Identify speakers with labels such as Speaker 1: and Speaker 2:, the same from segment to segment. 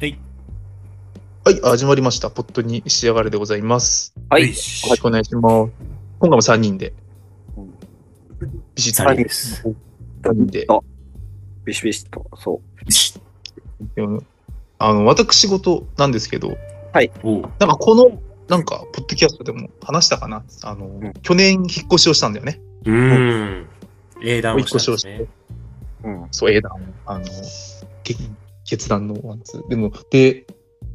Speaker 1: はい。
Speaker 2: はい、始まりました。ポットに仕上がれでございます。よ
Speaker 3: は
Speaker 1: よ
Speaker 3: い。
Speaker 1: し
Speaker 2: ろしくお願いします。今回も3人で
Speaker 3: うん
Speaker 2: ビシッ
Speaker 1: 三
Speaker 3: 三
Speaker 2: と
Speaker 1: 人
Speaker 3: 人
Speaker 1: で
Speaker 3: ですす。
Speaker 2: 人で
Speaker 3: あビシビシと、そ
Speaker 2: あの、私事なんですけど、
Speaker 1: おう
Speaker 2: なんかこの、なんか、ポッドキャストでも話したかな。あの、
Speaker 3: ん
Speaker 2: 去年引っ越しをしたんだよね。
Speaker 1: うーん。英断をしたんですね。
Speaker 3: う。うん。
Speaker 2: そう、英断を。あの、け決断のワンツー。でも、で、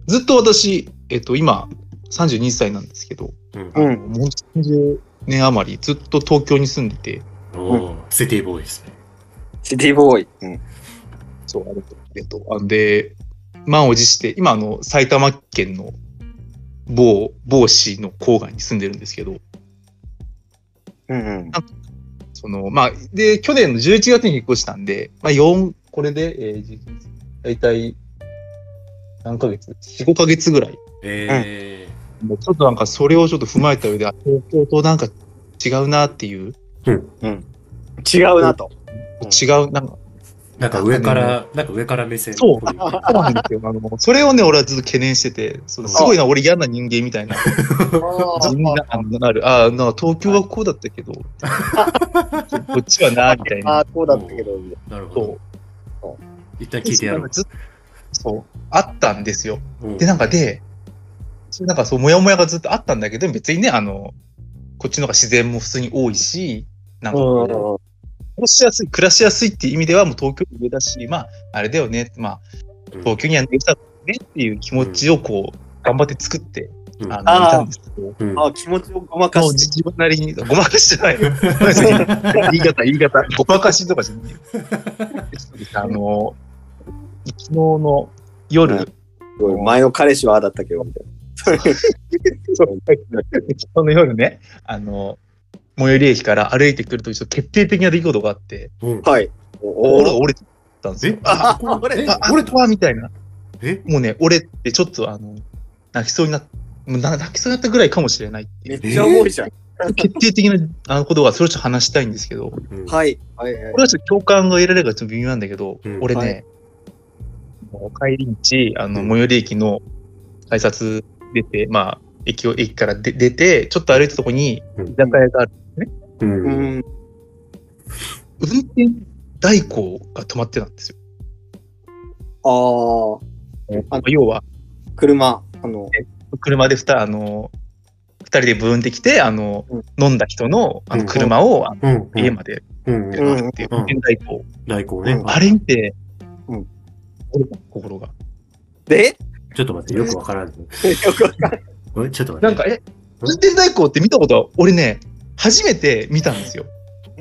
Speaker 2: ずっと私、えっと、今、32歳なんですけど、
Speaker 1: うん
Speaker 3: う
Speaker 2: あの
Speaker 3: ん。
Speaker 2: もう30年余り、ずっと東京に住んでて、
Speaker 1: おうシティボーイですね。
Speaker 3: シティボーイ。うん。
Speaker 2: そう、あると。えっと、あんで、満を持して、今、あの、埼玉県の某、某市の郊外に住んでるんですけど、
Speaker 3: うん。
Speaker 2: その、まあ、で、去年の11月に引っ越したんで、まあ、4、これで、えー、大体、何ヶ月 ?4、5ヶ月ぐらい。
Speaker 1: え
Speaker 2: もうちょっとなんか、それをちょっと踏まえた上で、あ東京となんか違うなっていう、
Speaker 3: 違うなと。うん
Speaker 2: 違う、なんか、
Speaker 1: ー、なんか上から、なんか上から目線。
Speaker 2: そう
Speaker 1: こいね
Speaker 2: そうなんですよ。あの、それをね、俺はずっと懸念してて、そのすごいな、俺嫌な人間みたいな。
Speaker 3: あ
Speaker 2: ななる。ああ、なんか東京はこうだったけど、こっちはな、みたいな。
Speaker 3: あ、こうだったけど。
Speaker 1: なるほ
Speaker 2: そ
Speaker 1: ど。一旦
Speaker 2: う。
Speaker 1: 聞いてやろう。
Speaker 2: ずっとそう。あったんですよ。
Speaker 1: おう
Speaker 2: で、なんかで、そうなんかそう、もやもやがずっとあったんだけど、別にね、あの、こっちの方が自然も普通に多いし、なんか、
Speaker 3: う
Speaker 2: 暮らしやすい、暮らしやすいっていう意味では、もう東京上だし、まあ、あれだよね、まあ、
Speaker 1: うん
Speaker 2: 東京にはできたねっていう気持ちをこう、頑張って作って、
Speaker 1: うん
Speaker 2: あの、い
Speaker 3: あー
Speaker 2: たんですけど、
Speaker 1: うん
Speaker 3: ん。あ、気持ちをごまか
Speaker 2: もう
Speaker 3: して。
Speaker 2: 自分なりに、ごまかしてないよ。 言い方、言い方、ごまかしとかじゃないよ。あの、昨日の夜、
Speaker 3: うん前の彼氏はああだったけど、みたい
Speaker 2: そう昨日の夜ね、あの、最寄り駅から歩いてくると、ちょっと決定的な出来事があって、
Speaker 1: うん
Speaker 3: な。はい。
Speaker 2: 心
Speaker 3: お
Speaker 2: が
Speaker 3: お。
Speaker 2: 折れてたんですよ
Speaker 1: え。
Speaker 2: あ、
Speaker 1: あ
Speaker 3: 俺
Speaker 1: え
Speaker 2: あ、
Speaker 1: 俺
Speaker 2: 俺
Speaker 1: と
Speaker 2: とはみたいな。
Speaker 1: え
Speaker 2: もうね、俺ってちょっと、あの、泣きそうになっもうな泣きそうになったぐらいかもしれないってい
Speaker 3: めっ
Speaker 2: う
Speaker 3: ちゃ重いじゃん。
Speaker 2: 決定的なあのことがそれをちょっと話したいんですけど
Speaker 1: うん
Speaker 3: はい。はい。はい
Speaker 2: これはちょっと共感が得られるかちょっと微妙なんだけど、
Speaker 1: うん
Speaker 2: 俺
Speaker 3: は
Speaker 2: ね、もう帰り道、あの、
Speaker 1: うん
Speaker 2: 最寄り駅の改札出て、まあ、駅を、駅からで出て、ちょっと歩いたとこに
Speaker 1: うん
Speaker 2: 居酒屋がある。
Speaker 1: う。
Speaker 3: うんん。
Speaker 2: 運転代行が止まってたんですよ。
Speaker 3: あ
Speaker 2: あの要は、
Speaker 3: あ、車。あの、
Speaker 2: 車で二、あの、二人でブーンって来て、あの、
Speaker 3: うん
Speaker 2: 飲んだ人の、あ
Speaker 1: う
Speaker 2: の、
Speaker 1: ん
Speaker 2: 車を、あの
Speaker 1: うん。
Speaker 2: 家まで
Speaker 1: うん。
Speaker 2: 車回って、
Speaker 1: うん
Speaker 2: 運転代行。
Speaker 1: 代行ね。
Speaker 2: あれ見て、
Speaker 3: うん
Speaker 2: 折れた心が。
Speaker 3: で
Speaker 1: ちょっと待って、よくわからん。
Speaker 3: よくわかんない
Speaker 1: えちょっと待って。
Speaker 2: なんか、え、運転代行って見たことは、俺ね、初めて見たんですよ。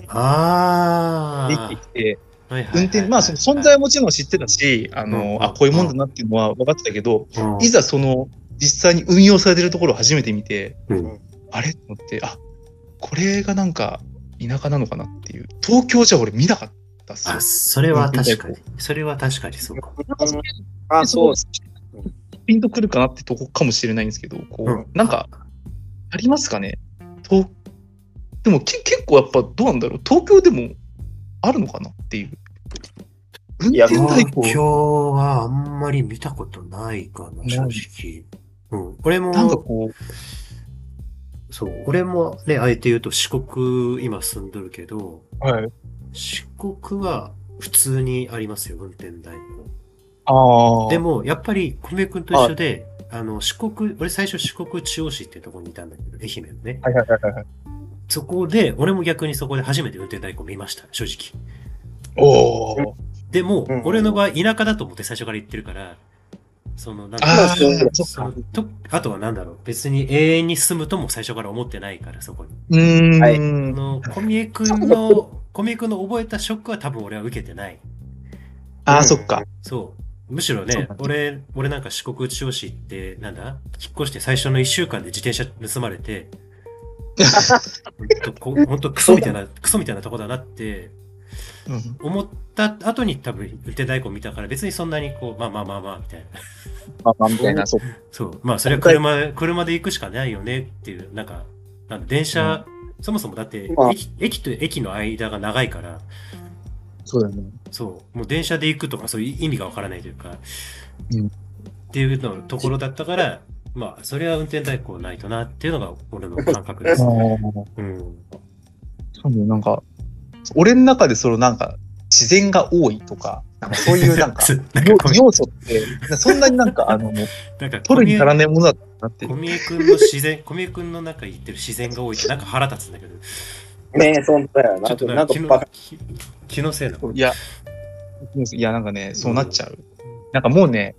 Speaker 1: あ
Speaker 2: で
Speaker 1: ー
Speaker 2: きてきて、
Speaker 1: はいはいはい
Speaker 2: 運転、まあ、その存在はもちろん知ってたし、あ
Speaker 1: うんう
Speaker 2: の、
Speaker 1: ん
Speaker 2: あ、こういうもんだなっていうのは分かってたけど、
Speaker 1: うん
Speaker 2: いざその、実際に運用されてるところを初めて見て、
Speaker 1: うん
Speaker 2: あれと思って、あ、これがなんか、田舎なのかなっていう。東京じゃ俺見なかったっすよ
Speaker 1: あ、。それは確かに。それは確かにそうか。
Speaker 3: あ、そう。
Speaker 2: ピンとくるかなってとこかもしれないんですけど、こう、
Speaker 1: うん
Speaker 2: なんか、ありますかね東でもけ結構やっぱどうなんだろう東京でもあるのかなっていう。運
Speaker 3: いや
Speaker 2: 転代
Speaker 1: 東
Speaker 2: 行
Speaker 1: 京はあんまり見たことないかな、正
Speaker 2: ない
Speaker 1: 直。うん、俺
Speaker 2: なんか
Speaker 1: も、
Speaker 2: こ
Speaker 1: そう、俺もね、あえて言うと四国、今住んどるけど、
Speaker 2: う、はい、
Speaker 1: 四国は普通にありますよ、運転代行。
Speaker 2: あ
Speaker 1: でも、やっぱり、小宮君と一緒で、あの、四国、俺最初四国中央市っていうところにいたんだけど、愛媛のね。
Speaker 2: はいはいはいはい。
Speaker 1: そこで、俺も逆にそこで初めて運転代行見ました、正直。
Speaker 2: おー
Speaker 1: でも、
Speaker 3: うん
Speaker 1: 俺の場合、田舎だと思って最初から言ってるから、その、なん
Speaker 2: あ
Speaker 1: か、
Speaker 2: ーそっ
Speaker 1: その
Speaker 2: か。
Speaker 1: とあとはなんだろう、別に永遠に住むとも最初から思ってないから、そこに。
Speaker 2: うーん、
Speaker 3: はい
Speaker 1: あの、小宮君の、小宮君の覚えたショックは多分俺は受けてない。
Speaker 2: ああ、そっか。
Speaker 1: そう。むしろ
Speaker 2: そう
Speaker 1: ね
Speaker 2: なん、だ
Speaker 1: 俺、俺なんか四国中央市って、なんだ引っ越して最初の1週間で自転車盗まれて、 ほんとこほんとクソみたいな、クソみたいなとこだなって
Speaker 2: うん
Speaker 1: 思った後に多分運転代行見たから別にそんなにこう、まあまあまあまあみたいな。
Speaker 2: まあまあみたいな、 そう。
Speaker 1: そう。まあそれは車、車で行くしかないよねっていう、なんか、なんか電車、そもそもだって
Speaker 3: まあ
Speaker 1: 駅、駅と駅の間が長いから、
Speaker 2: そうだよね。
Speaker 1: そう、もう電車で行くとかそういう意味がわからないというか、
Speaker 2: うん
Speaker 1: っていうのところだったから、まあ、それは運転代行ないとなっていうのが俺の感覚です。うん。
Speaker 2: そうねなんか、俺の中でそのなんか、自然が多いとか、なんかそういうなんか、
Speaker 1: す なんか
Speaker 2: 要
Speaker 1: こう
Speaker 2: 要素って、そんなになんか、あの、 もう
Speaker 1: なんか
Speaker 2: 取るに足らないものだったなって。
Speaker 1: 小宮君の自然、小宮君の中言ってる自然が多いってなんか腹立つんだけど、ち
Speaker 3: ねえ、そんだよな。
Speaker 1: ょっと
Speaker 3: な
Speaker 1: なんん
Speaker 3: か
Speaker 1: か
Speaker 3: バカ。
Speaker 1: 気の気のせいなの。
Speaker 2: いや、いや、なんかね、そうなっちゃう。なんかもうね、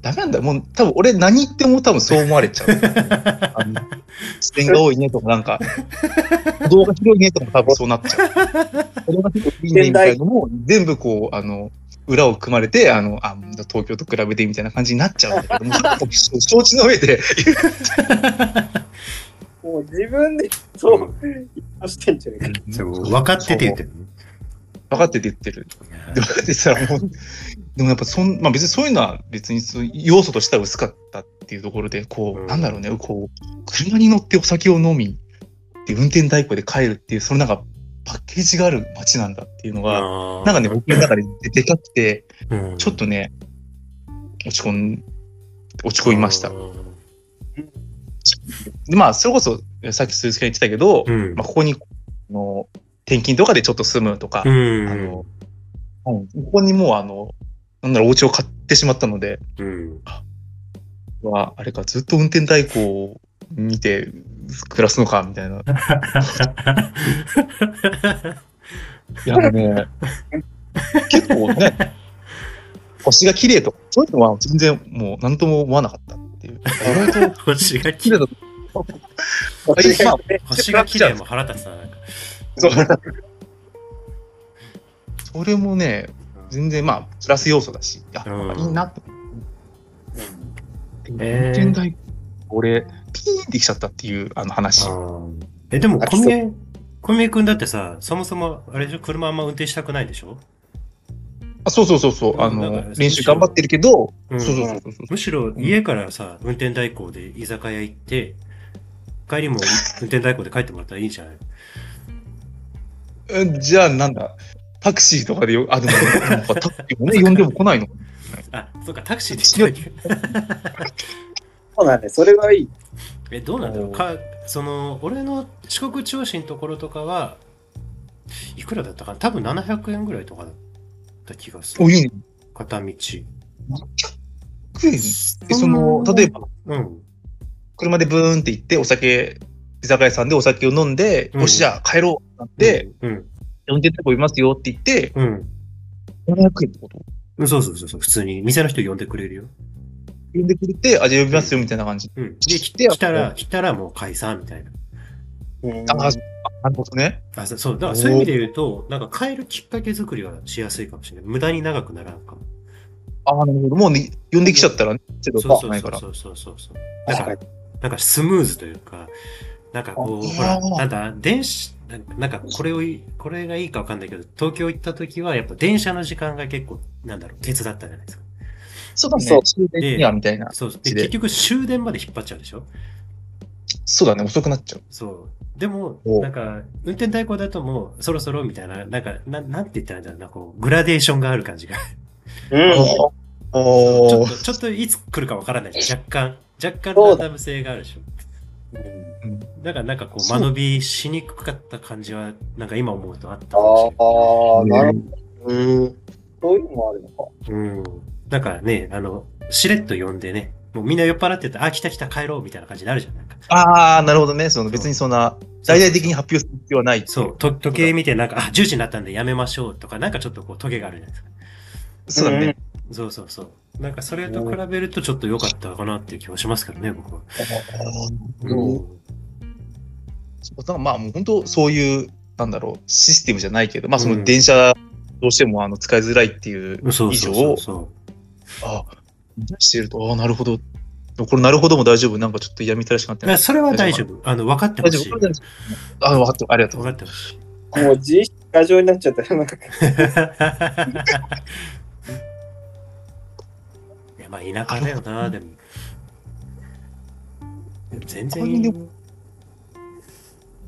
Speaker 2: ダメなんだよ。もう多分俺何言っても多分そう思われ ちゃう。あの視点が多いねとか、なんか、動画広いねとか多分そうなっちゃう。動画広いねみたいなのも全部こう、あの、裏を組まれて、あの、あ東京と比べてみたいな感じになっちゃうんだけども、それはもう承知の上で、
Speaker 3: もう自分で、そう、してんじゃねえか。
Speaker 1: そう分かってて言ってる。
Speaker 2: 分かってて言ってる。で分かってたらもう、でもやっぱそん、まあ別にそういうのは別にそう要素としては薄かったっていうところで、こう、
Speaker 1: うん
Speaker 2: なんだろうね、こう、車に乗ってお酒を飲み、で運転代行で帰るっていう、そのなんかパッケージがある街なんだっていうのが、
Speaker 1: あー
Speaker 2: なんかね、、僕の中ででかくて、
Speaker 1: うん
Speaker 2: ちょっとね、落ち込ん、落ち込みました
Speaker 1: う。ん
Speaker 2: で、まあ、それこそ、さっき鈴木が言ってたけど、
Speaker 1: うん
Speaker 2: まあ、ここに、あの、転勤とかでちょっと住むとか、
Speaker 1: うん
Speaker 2: あの、うんここにもうあの、なんならお家を買ってしまったので、
Speaker 1: うん
Speaker 2: は、あれか、ずっと運転代行を見て暮らすのか、みたいな。いや、もうね、結構ね、星が綺麗とか、そういうのは全然もう何とも思わなかったっていう。意外と
Speaker 1: 星がき
Speaker 2: 綺麗だと。まあ、
Speaker 1: 星が綺麗も腹立つな。なんか
Speaker 2: そう。 それもね、全然まあ、プラス要素だし、あ、
Speaker 1: うん
Speaker 2: いいなと思って。
Speaker 1: えー
Speaker 2: 運転代行、俺、ピーンってきちゃったっていうあの話。
Speaker 1: え、でも
Speaker 3: あ
Speaker 1: 小宮、小宮君だってさ、そもそも、あれでしょ、車あんま運転したくないでしょ、
Speaker 2: あそうそうそうそう、あ
Speaker 1: なんか
Speaker 2: の
Speaker 1: ね、
Speaker 2: 練習頑張ってるけど、
Speaker 1: うん
Speaker 2: そうそうそうそう。
Speaker 1: むしろ家からさ、運転代行で居酒屋行って、帰りも運転代行で帰ってもらったらいいじゃない
Speaker 2: うんじゃあ、なんだ、タクシーとかでよ、あ、でも、なんかタクシーもね、呼んでも来ないの。
Speaker 1: あ、そうか、タクシーで行っただ
Speaker 3: そうなんだよ。それはいい。
Speaker 1: け。え、どうなんだろうか、その、俺の四国調子のところとかは、いくらだったかな多分700円ぐらいとかだった気がす
Speaker 2: お、
Speaker 1: る。
Speaker 2: いいね。
Speaker 1: 片道。
Speaker 2: クイズで、その、例えば、
Speaker 1: うん。
Speaker 2: 車でブーンって行って、お酒、居酒屋さんでお酒を飲んで、
Speaker 1: うん
Speaker 2: よし、じゃあ帰ろうってなって、
Speaker 1: うん、
Speaker 2: 運転手呼びますよって言って、
Speaker 1: うん。
Speaker 2: 700円ってこと
Speaker 1: うん。そうそうそうそう、普通に。店の人呼んでくれるよ。
Speaker 2: 呼んでくれて、あ、じゃあ呼びますよみたいな感じ。
Speaker 1: うん。で、
Speaker 2: 来
Speaker 1: 来
Speaker 2: てよ
Speaker 1: たら、来たらもう解散みたいな。
Speaker 3: うん
Speaker 2: あ、あなるほどね。
Speaker 1: あそそう、だからそういう意味で言うと、なんか変えるきっかけ作りはしやすいかもしれない。無駄に長くならんかも。
Speaker 2: あ、なるほど。もうね、呼んできちゃったらね、ちょっ
Speaker 1: そう
Speaker 2: と
Speaker 1: そ
Speaker 2: な
Speaker 1: う
Speaker 2: いから。
Speaker 1: そうそうそうそう。だ
Speaker 3: 確
Speaker 1: か
Speaker 3: からに。、
Speaker 1: なんかスムーズというか、なんかこう、ほ
Speaker 2: あ
Speaker 1: ら、
Speaker 2: ー
Speaker 1: なんだ、電子、なんかなんかこれをい、これがいいかわかんないけど、東京行った時はやっぱ電車の時間が結構、なんだろう、ケツだったじゃないですか。
Speaker 2: そうだね。
Speaker 3: そう
Speaker 2: 終電にはみたいな。
Speaker 1: そう。で、
Speaker 2: で
Speaker 1: 結局終電まで引っ張っちゃうでしょ
Speaker 2: そうだね、遅くなっちゃう。
Speaker 1: そう。でも、
Speaker 2: お
Speaker 1: なんか、運転代行だともう、そろそろみたいな、なんか、ななんて言ったらいいんだろうな、こう、グラデーションがある感じが。
Speaker 3: うん。
Speaker 2: お
Speaker 1: ちょ
Speaker 2: ー
Speaker 1: っと、ちょっといつ来るかわからないじゃん。若干、若干
Speaker 3: そう
Speaker 1: ラン
Speaker 3: だ
Speaker 1: ダム性があるでしょ。だからなんかこう、間延びしにくかった感じは、なんか今思うとあったかも
Speaker 3: ああ、なるほ
Speaker 2: ほ
Speaker 3: ど。そういうのもあるのか。
Speaker 1: しれない。うん。なんかね、あの、しれっと呼んでね、もうみんな酔っ払ってたら、あ、来た来た帰ろうみたいな感じになるじゃん。なんか
Speaker 2: ああ、なるほどね。その別にそんな、大々的に発表する必要はない。
Speaker 1: そう、と時計見てなんか、あ、10時になったんでやめましょうとか、なんかちょっとこう、トゲがあるじゃないですか。
Speaker 2: そうだね。
Speaker 1: そうそうそう。なんかそれと比べるとちょっと良かったかなっていう気もしますけどね、僕は。
Speaker 2: うん
Speaker 1: うん
Speaker 2: そうだからまあ、もう本当、そういう、なんだろう、システムじゃないけど、まあ、その電車、どうしてもあの使いづらいっていう以
Speaker 1: そうそうそ
Speaker 2: 上
Speaker 1: う、そう。
Speaker 2: あしてると、ああ、なるほど。これ、なるほども大丈夫。なんかちょっと嫌みたらしくなって
Speaker 1: い
Speaker 2: な
Speaker 1: や
Speaker 2: い。
Speaker 1: それは大丈夫。あの、分かってほ
Speaker 2: 大丈
Speaker 1: しい。
Speaker 2: 夫。
Speaker 1: 分
Speaker 2: あ、分かった。ありがとう。
Speaker 1: かってほしい。
Speaker 3: もう自意識過剰になっちゃったよ。なんか
Speaker 1: いや、まあ、田舎だよな、でも。全然
Speaker 2: ここにでも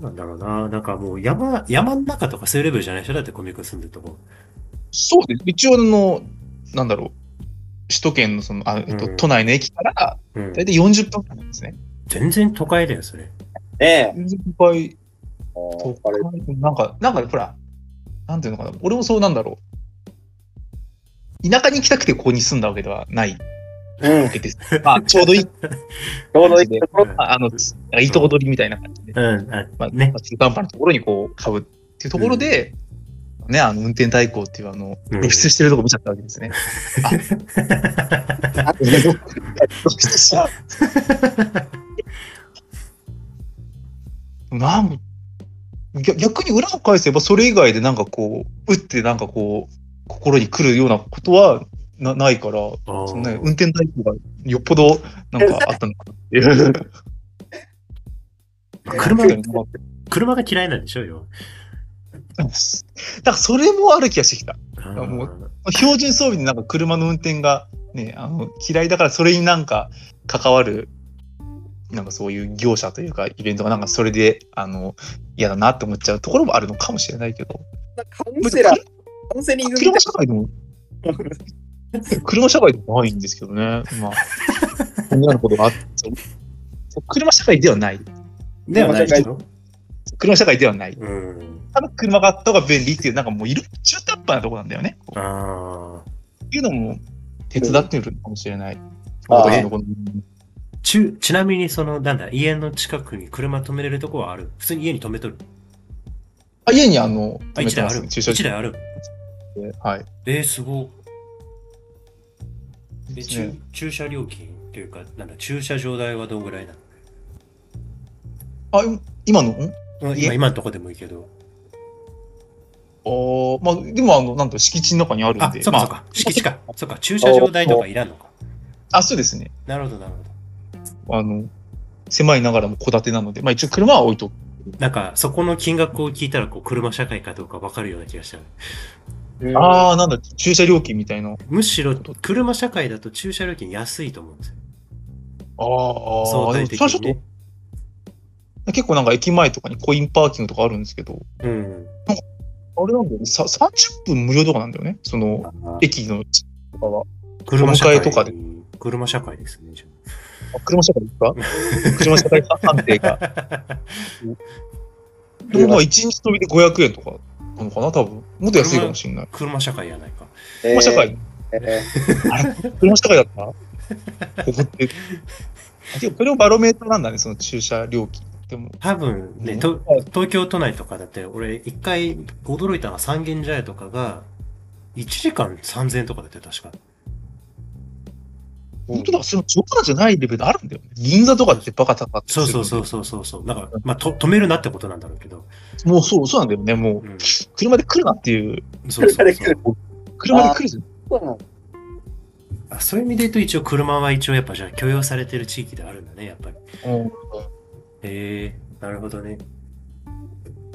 Speaker 1: なんだろうな、なんかもう山、山の中とかそういうレベルじゃないでしょだってコミック住んでるとこ。
Speaker 2: そうです。一応、あの、なんだろう。首都圏のその、あえっと、
Speaker 1: うん
Speaker 2: 都内の駅から、
Speaker 1: うん
Speaker 2: だいたい40分くらいなんですね。
Speaker 1: 全然都会だよ、それ。
Speaker 3: ねえ。
Speaker 2: 全然いっぱい、都
Speaker 3: あ
Speaker 2: 会
Speaker 3: れ、
Speaker 2: なんか、なんかほら、なんていうのかな、俺もそうなんだろう。田舎に行きたくてここに住んだわけではない
Speaker 3: うん
Speaker 2: わ、けです。 まあ、ちょうどいい、
Speaker 3: ちょうどいいところ。
Speaker 2: あの、いいとこ取りみたいな感じで。
Speaker 1: うん、あ
Speaker 2: まあ、
Speaker 1: ね
Speaker 2: まあ中途半端なところにこう、買うっていうところで、ね、あの、運転代行っていうあの、
Speaker 1: うん
Speaker 2: 露出してるとこ見ちゃったわけですね。露出しちゃう。なんか逆逆に裏を返せば、それ以外でなんかこう、打ってなんかこう、心に来るようなことはなないから、
Speaker 1: あ
Speaker 2: そのね、
Speaker 1: ー
Speaker 2: 運転代行がよっぽどなんかあったのかっていう。
Speaker 1: 車が車が嫌いなんでしょうよ。
Speaker 2: だからそれもある気がしてきた。
Speaker 1: あ
Speaker 2: あ
Speaker 1: ー
Speaker 2: も標準装備でなんか車の運転が、ね、あの嫌いだからそれになんか関わるなんかそういう業者というかイベントがなんかそれであの嫌だなって思っちゃうところもあるのかもしれないけど
Speaker 3: カウンセラー、カウンセリングみたい
Speaker 2: 車社会でも車社会でもないんですけどね まあこんなようなことがあって車社会ではない
Speaker 1: ではないの
Speaker 2: 車社会ではない
Speaker 1: うん。
Speaker 2: ただ車があった方が便利っていうなんかもういる中途半端なところなんだよねこう
Speaker 1: ああ。
Speaker 2: っていうのも手伝ってるのかもしれない。
Speaker 3: ああ
Speaker 2: 私のこの
Speaker 1: ち、ちなみに、その、なんだ、家の近くに車止めれるとこはある。普通に家に止めとる。
Speaker 2: あ家にあの、
Speaker 1: あ、1台ある。
Speaker 2: 駐車
Speaker 1: 一
Speaker 2: 場
Speaker 1: 台ある。
Speaker 2: で。はい。
Speaker 1: えー、すごい。
Speaker 2: で
Speaker 1: え、
Speaker 2: すね
Speaker 1: 駐駐車料金っていうか、なんだ、駐車場代はどんぐらいな
Speaker 2: あ、い今のん
Speaker 1: のうん
Speaker 2: いえ
Speaker 1: 今、今のとこでもいいけど。
Speaker 2: あーまあ、でも、あの、なんと敷地の中にあるんで。
Speaker 1: あ、そっかそ
Speaker 2: まあ
Speaker 1: っか。敷地か。そっか、駐車場代とかいらんのか。
Speaker 2: あ、そうですね。
Speaker 1: なるほど、なるほど。
Speaker 2: あの、狭いながらも戸建てなので、まあ一応車は置いとく。
Speaker 1: なんか、そこの金額を聞いたら、こう、車社会かどうかわかるような気がしたね。
Speaker 3: な。あ。
Speaker 2: ああ、なんだ、駐車料金みたいな。あ
Speaker 1: むしろ、車社会だと駐車料金安いと思うんですよ。
Speaker 2: あ、
Speaker 1: 相対
Speaker 2: で
Speaker 1: 的
Speaker 2: もそ
Speaker 1: に、
Speaker 2: れはちょ
Speaker 1: ね
Speaker 2: っ。と、結構なんか駅前とかにコインパーキングとかあるんですけど、
Speaker 1: うん。
Speaker 2: あれなんだよね、さ30分無料とかなんだよね。その、駅の近くとかは。
Speaker 1: 車社会。
Speaker 2: お迎えとかで
Speaker 1: 車社会ですね。じゃあ
Speaker 2: あ車社会ですか車社会判 定が。でもまあ一日飛びで500円とかなのかな多分。もっと安いかもしれない。
Speaker 1: 車社会やないか。
Speaker 2: 車社会、
Speaker 3: えー。
Speaker 2: あれ車社会だったここって。あでもこれもバロメーターなんだね、その駐車料金。でも、
Speaker 1: 多分ね、
Speaker 2: ね
Speaker 1: と東京都内とかだって、俺一回驚いたのは三軒茶屋とかが、1時間3000円とかだって確か。
Speaker 2: 本当だ、それも冗談じゃないレベルであるんだよね。銀座とかってバカ高かったりす
Speaker 1: そ
Speaker 2: る
Speaker 1: う
Speaker 2: の
Speaker 1: そうそうそうそうそう。なんか、まあと、止めるなってことなんだろうけど。
Speaker 2: もうそう、そうなんだよね。もう、
Speaker 1: うん
Speaker 2: 車で来るなっていう、
Speaker 1: そうそう
Speaker 3: そ
Speaker 1: そ
Speaker 3: れ
Speaker 1: う
Speaker 3: で。
Speaker 2: 車で来るじゃん。
Speaker 3: そうなの
Speaker 1: あそういう意味で言うと一応車は一応やっぱじゃあ許容されてる地域であるんだね、やっぱり。
Speaker 2: うん
Speaker 1: へえなるほどね。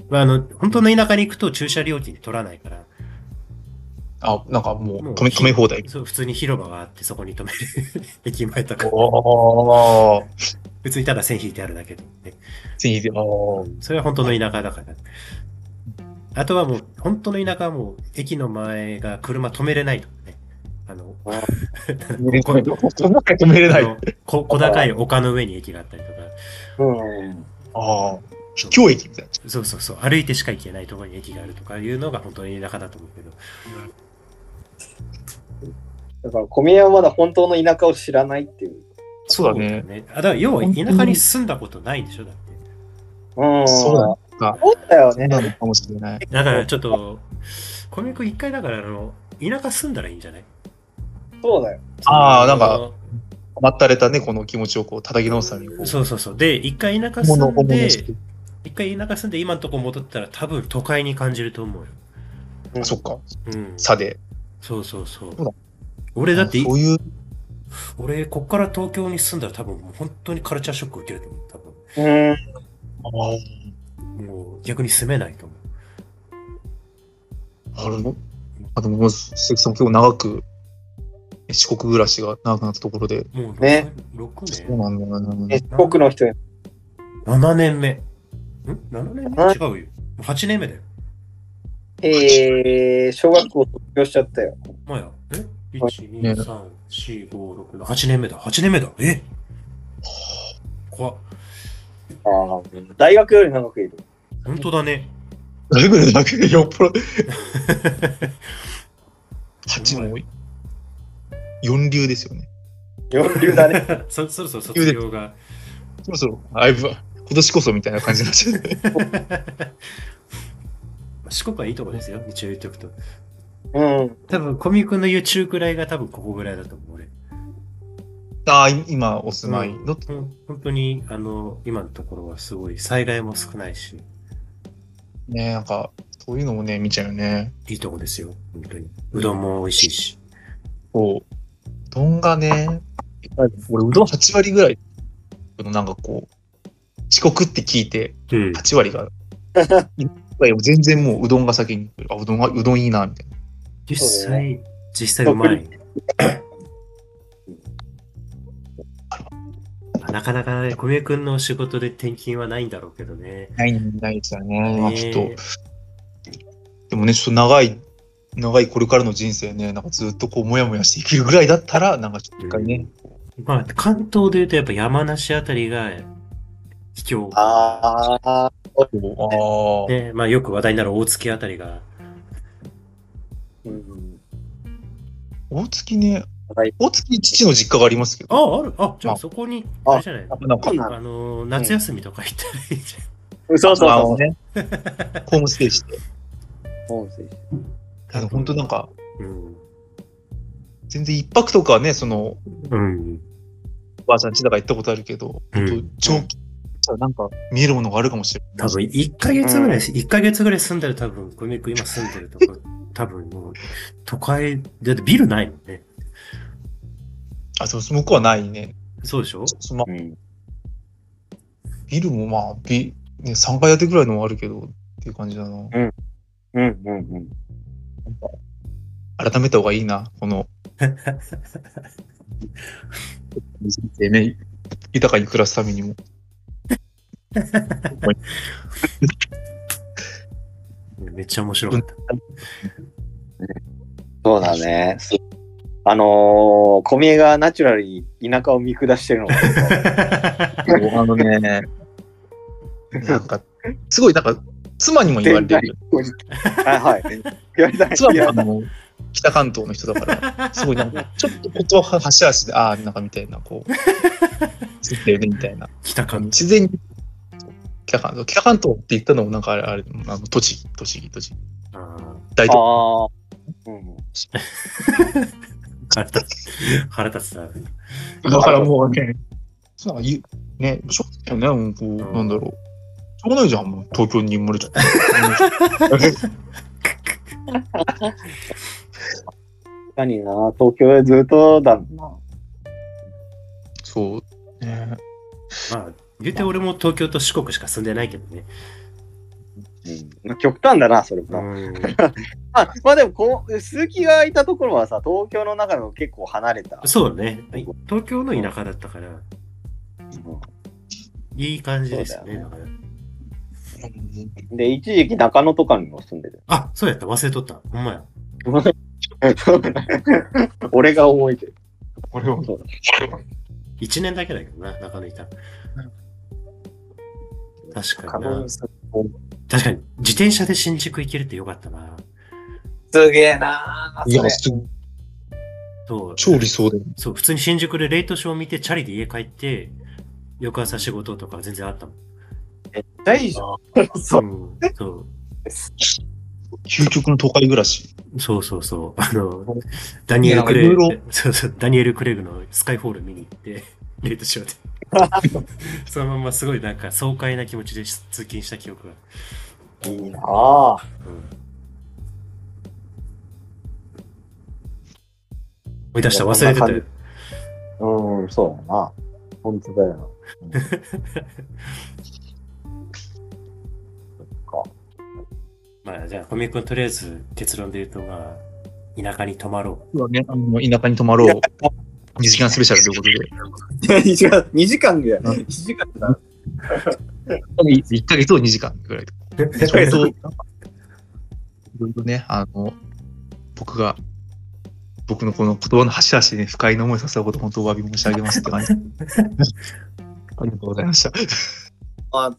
Speaker 1: まあ、あの、本当の田舎に行くと駐車料金取らないから、
Speaker 2: あ、なんかもう
Speaker 1: もう
Speaker 2: 止め、止め放題。
Speaker 1: そう普通に広場があってそこに止める。 駅前と
Speaker 2: あ
Speaker 1: か。
Speaker 2: あ、
Speaker 1: 別にただ線引いてあるだけで、ね。
Speaker 2: ぜひ、ああ。
Speaker 1: それは本当の田舎だから。あとはもう、本当の田舎はもう、駅の前が車止めれないとかね。あの、
Speaker 2: 止めれない止めれな
Speaker 1: あ
Speaker 2: い。
Speaker 1: のこ小高い丘の上に駅があったりとか、
Speaker 3: うん。
Speaker 2: ああ、秘境駅みたいな。
Speaker 1: そうそうそう、歩いてしか行けないところに駅があるとかいうのが本当の田舎だと思うけど。
Speaker 3: だから、小宮はまだ本当の田舎を知らないっていう。
Speaker 2: そうだね。
Speaker 1: あ、だから要は田舎に住んだことないんでしょだっ
Speaker 3: うん。
Speaker 2: そうだね
Speaker 1: て。
Speaker 3: そうだよ
Speaker 2: そう
Speaker 3: ね。
Speaker 2: なのかもしれない。
Speaker 1: だからちょっと、小宮君一回だから、あの、田舎住んだらいいんじゃない
Speaker 3: そうだよ。
Speaker 2: あー
Speaker 1: その
Speaker 2: なんまったれたね、この気持ちをこう叩き直すためにこう。
Speaker 1: そうそうそう。で、一回田舎
Speaker 2: 物
Speaker 1: 住ん
Speaker 2: 思
Speaker 1: で
Speaker 2: い、して
Speaker 1: 一回田舎住んで今のとこ戻ったら多分都会に感じると思うよ。
Speaker 3: うん
Speaker 2: そっか、
Speaker 1: うん。
Speaker 2: 差で。
Speaker 1: そうそうそう
Speaker 2: そうだ。
Speaker 1: 俺だってい、
Speaker 2: そういう、
Speaker 1: 俺、こっから東京に住んだら多分もう本当にカルチャーショック受けると思う。多
Speaker 3: うん。
Speaker 2: あ
Speaker 1: 分。もう逆に住めないと思う。
Speaker 2: あ、あれも、あでももう、鈴木さんも結構長く、四国暮らしが長くなったところで。
Speaker 1: もう6、
Speaker 3: ね
Speaker 1: 六
Speaker 2: そう
Speaker 1: 年
Speaker 2: なんだよ
Speaker 3: え、
Speaker 2: ね。
Speaker 3: 四国の人に
Speaker 1: ?7 年目。ん ?7 年目
Speaker 3: あ
Speaker 1: 違うよ。8年目だよ。
Speaker 3: えー、小学校卒業しちゃったよ。
Speaker 1: まあや。え1、2、3、4、5、6、8年目だ。8年目だ。え怖っ。
Speaker 3: ああ、大学より長くいる。
Speaker 1: 本当だね。
Speaker 2: だいぶだけでよっ ぽど。8も多い。4流ですよね。
Speaker 3: 四流だ ね。
Speaker 1: そそろそろ卒業が。
Speaker 2: そろそろ、だいぶ、今年こそみたいな感じになっちゃ う。
Speaker 1: 四国はいいとこですよ、一応言っとくと。
Speaker 3: うん。
Speaker 1: 多分、コミ君の言う中くらいが多分ここぐらいだと思う、俺。
Speaker 2: ああ、い今お住まいの、
Speaker 1: ほん本当に、あの、今のところはすごい、災害も少ないし、
Speaker 2: ね、なんか、そういうのもね、見ちゃうよね。
Speaker 1: いいとこですよ、本当に。うどんも美味しいし。
Speaker 2: こう、うどんがね、俺、うどん8割ぐらい、なんかこう、遅刻って聞いて、
Speaker 1: うん。
Speaker 2: 8割 が、いや全然もううどんが先に来る。あ、うどんが、うどんいいな、みたいな。
Speaker 1: 実
Speaker 3: そうだ
Speaker 1: 際、実際うまい。なかなかね、小宮君の仕事で転勤はないんだろうけどね。
Speaker 2: ないんないですよね。まあ、ちょ
Speaker 1: ね
Speaker 2: っと、でもね、ちょっと長い、長いこれからの人生ね、なんかずっとこう、もやもやしていけるぐらいだったら、なんかちょっと一回ね、
Speaker 1: まあ、関東で言うとやっぱ山梨あたりが秘境。
Speaker 3: ああ、
Speaker 2: こうああ、
Speaker 1: で、まあよく話題になる大月あたりが。
Speaker 3: うん。
Speaker 2: 大月ね、
Speaker 3: はい
Speaker 2: 大月に父の実家がありますけど、
Speaker 1: あ、ある。あ、じゃあ
Speaker 2: あ
Speaker 1: そこに、
Speaker 3: あ
Speaker 1: あれじゃない
Speaker 2: なんか
Speaker 3: そうなの
Speaker 1: あのー、夏休みとか行ったらいいじ
Speaker 3: そうそう
Speaker 2: あ
Speaker 3: そ
Speaker 2: の
Speaker 3: う。
Speaker 2: ね、ホームステイ して。
Speaker 3: そうです
Speaker 1: ゃん。
Speaker 2: 本当なんか、
Speaker 1: うん。
Speaker 2: 全然一泊とかはね、その、
Speaker 1: うん。
Speaker 2: おばあちゃんちだから行ったことあるけど、
Speaker 1: う
Speaker 2: ほんと
Speaker 1: ん
Speaker 2: 長期、なんか見えるものがあるかもしれない。
Speaker 1: 多分1ヶ月ぐらい、一ヶ月ぐらい住んだら多分、小宮君今住んでるとこ、 多分もう、都会、だってビルないもんね。
Speaker 2: あ、そう、向こうはないね。
Speaker 1: そうでしょ
Speaker 2: その
Speaker 3: うん。
Speaker 2: ビルもまあ、ビね、3階建てぐらいのもあるけど、っていう感じだな。
Speaker 3: うんうん
Speaker 2: 改めた方がいいな、こ の。人生ね、豊かに暮らすためにも。
Speaker 1: めっちゃ面白かった。
Speaker 3: そうだね。あのー、小宮がナチュラルに田舎を見下してるのが。
Speaker 2: あのね、なんか、すごい、なんか、妻にも言われてる。
Speaker 3: はい はい。言われたい
Speaker 2: 妻
Speaker 3: い
Speaker 2: も
Speaker 3: や
Speaker 2: あの北関東の人だから。すごいなんか、ちょっとことは端々で、ああ、なんかみたいな、こう、つってるね、みたいな。
Speaker 1: 北関
Speaker 2: 自然に、北関東、北関東って言ったのも、なんかあれ、あれ、あの栃木、栃木、栃木、
Speaker 1: あ
Speaker 2: 大東
Speaker 3: ああ。うん。
Speaker 1: ー腹立つ。 腹立つな。
Speaker 2: だからもうね、そうなんかゆね、しょうがないよね、もうこう、
Speaker 1: ん
Speaker 2: なんだろう。しょうがないじゃん、もう東京に生まれちゃった。
Speaker 3: 何な、東京でずっとだな。
Speaker 2: そう。ね、
Speaker 1: まあ、言うて俺も東京と四国しか住んでないけどね。
Speaker 3: うん。極端だな、それもな。
Speaker 1: うん。
Speaker 3: あ、まあでもこう、鈴木がいたところはさ、東京の中でも結構離れた。
Speaker 1: そうだね。東京の田舎だったから、いい感じですよね。
Speaker 3: そ
Speaker 1: だから
Speaker 3: うんで、一時期中野とかにも住ん でる。
Speaker 1: あ、そうやった。忘れとった。ほんまや。
Speaker 3: 俺が覚えてる。
Speaker 2: これを
Speaker 3: そうだ
Speaker 1: 1年だけだけどな、中野いたの。確かにな。確かに、自転車で新宿行けるってよかったな。
Speaker 3: すげえなー
Speaker 2: い
Speaker 3: そ
Speaker 2: や
Speaker 3: れ、
Speaker 2: す
Speaker 1: そう、
Speaker 2: 超理想だよ。
Speaker 1: そう普通に新宿でレイトショーを見て、チャリで家帰って、翌朝仕事とか全然あったもん。
Speaker 3: 大事じゃん。そう
Speaker 1: うんそう
Speaker 2: 究極の都会暮らし。
Speaker 1: そうそうそう。 あの、ダニエル・クレイ
Speaker 2: いやなんかいろい
Speaker 1: グ、そうそう、ダニエル・クレイグのスカイフォール見に行って、レイト ショーで。そのまますごいなんか爽快な気持ちで通勤した記憶が。
Speaker 3: いいなあ
Speaker 1: うん思い出した、忘れてたよ。
Speaker 3: うん、そうだな。本当だ よな。
Speaker 1: まあじゃあ、小宮君とりあえず結論で言うと、まあ、田舎に泊まろう。
Speaker 2: ね、あの田舎に泊まろう。2時間スペシャルということで。
Speaker 3: 2時間、2時間ぐらい。
Speaker 2: うん
Speaker 3: 1時間だ。
Speaker 2: 1ヶ月を2時間ぐらいで。ちょうど、いろいろね、あの、僕が僕のこの言葉の端々に不快な思いさせたこと、本当お詫び申し上げますって感じ。ありがとうございました。
Speaker 3: あ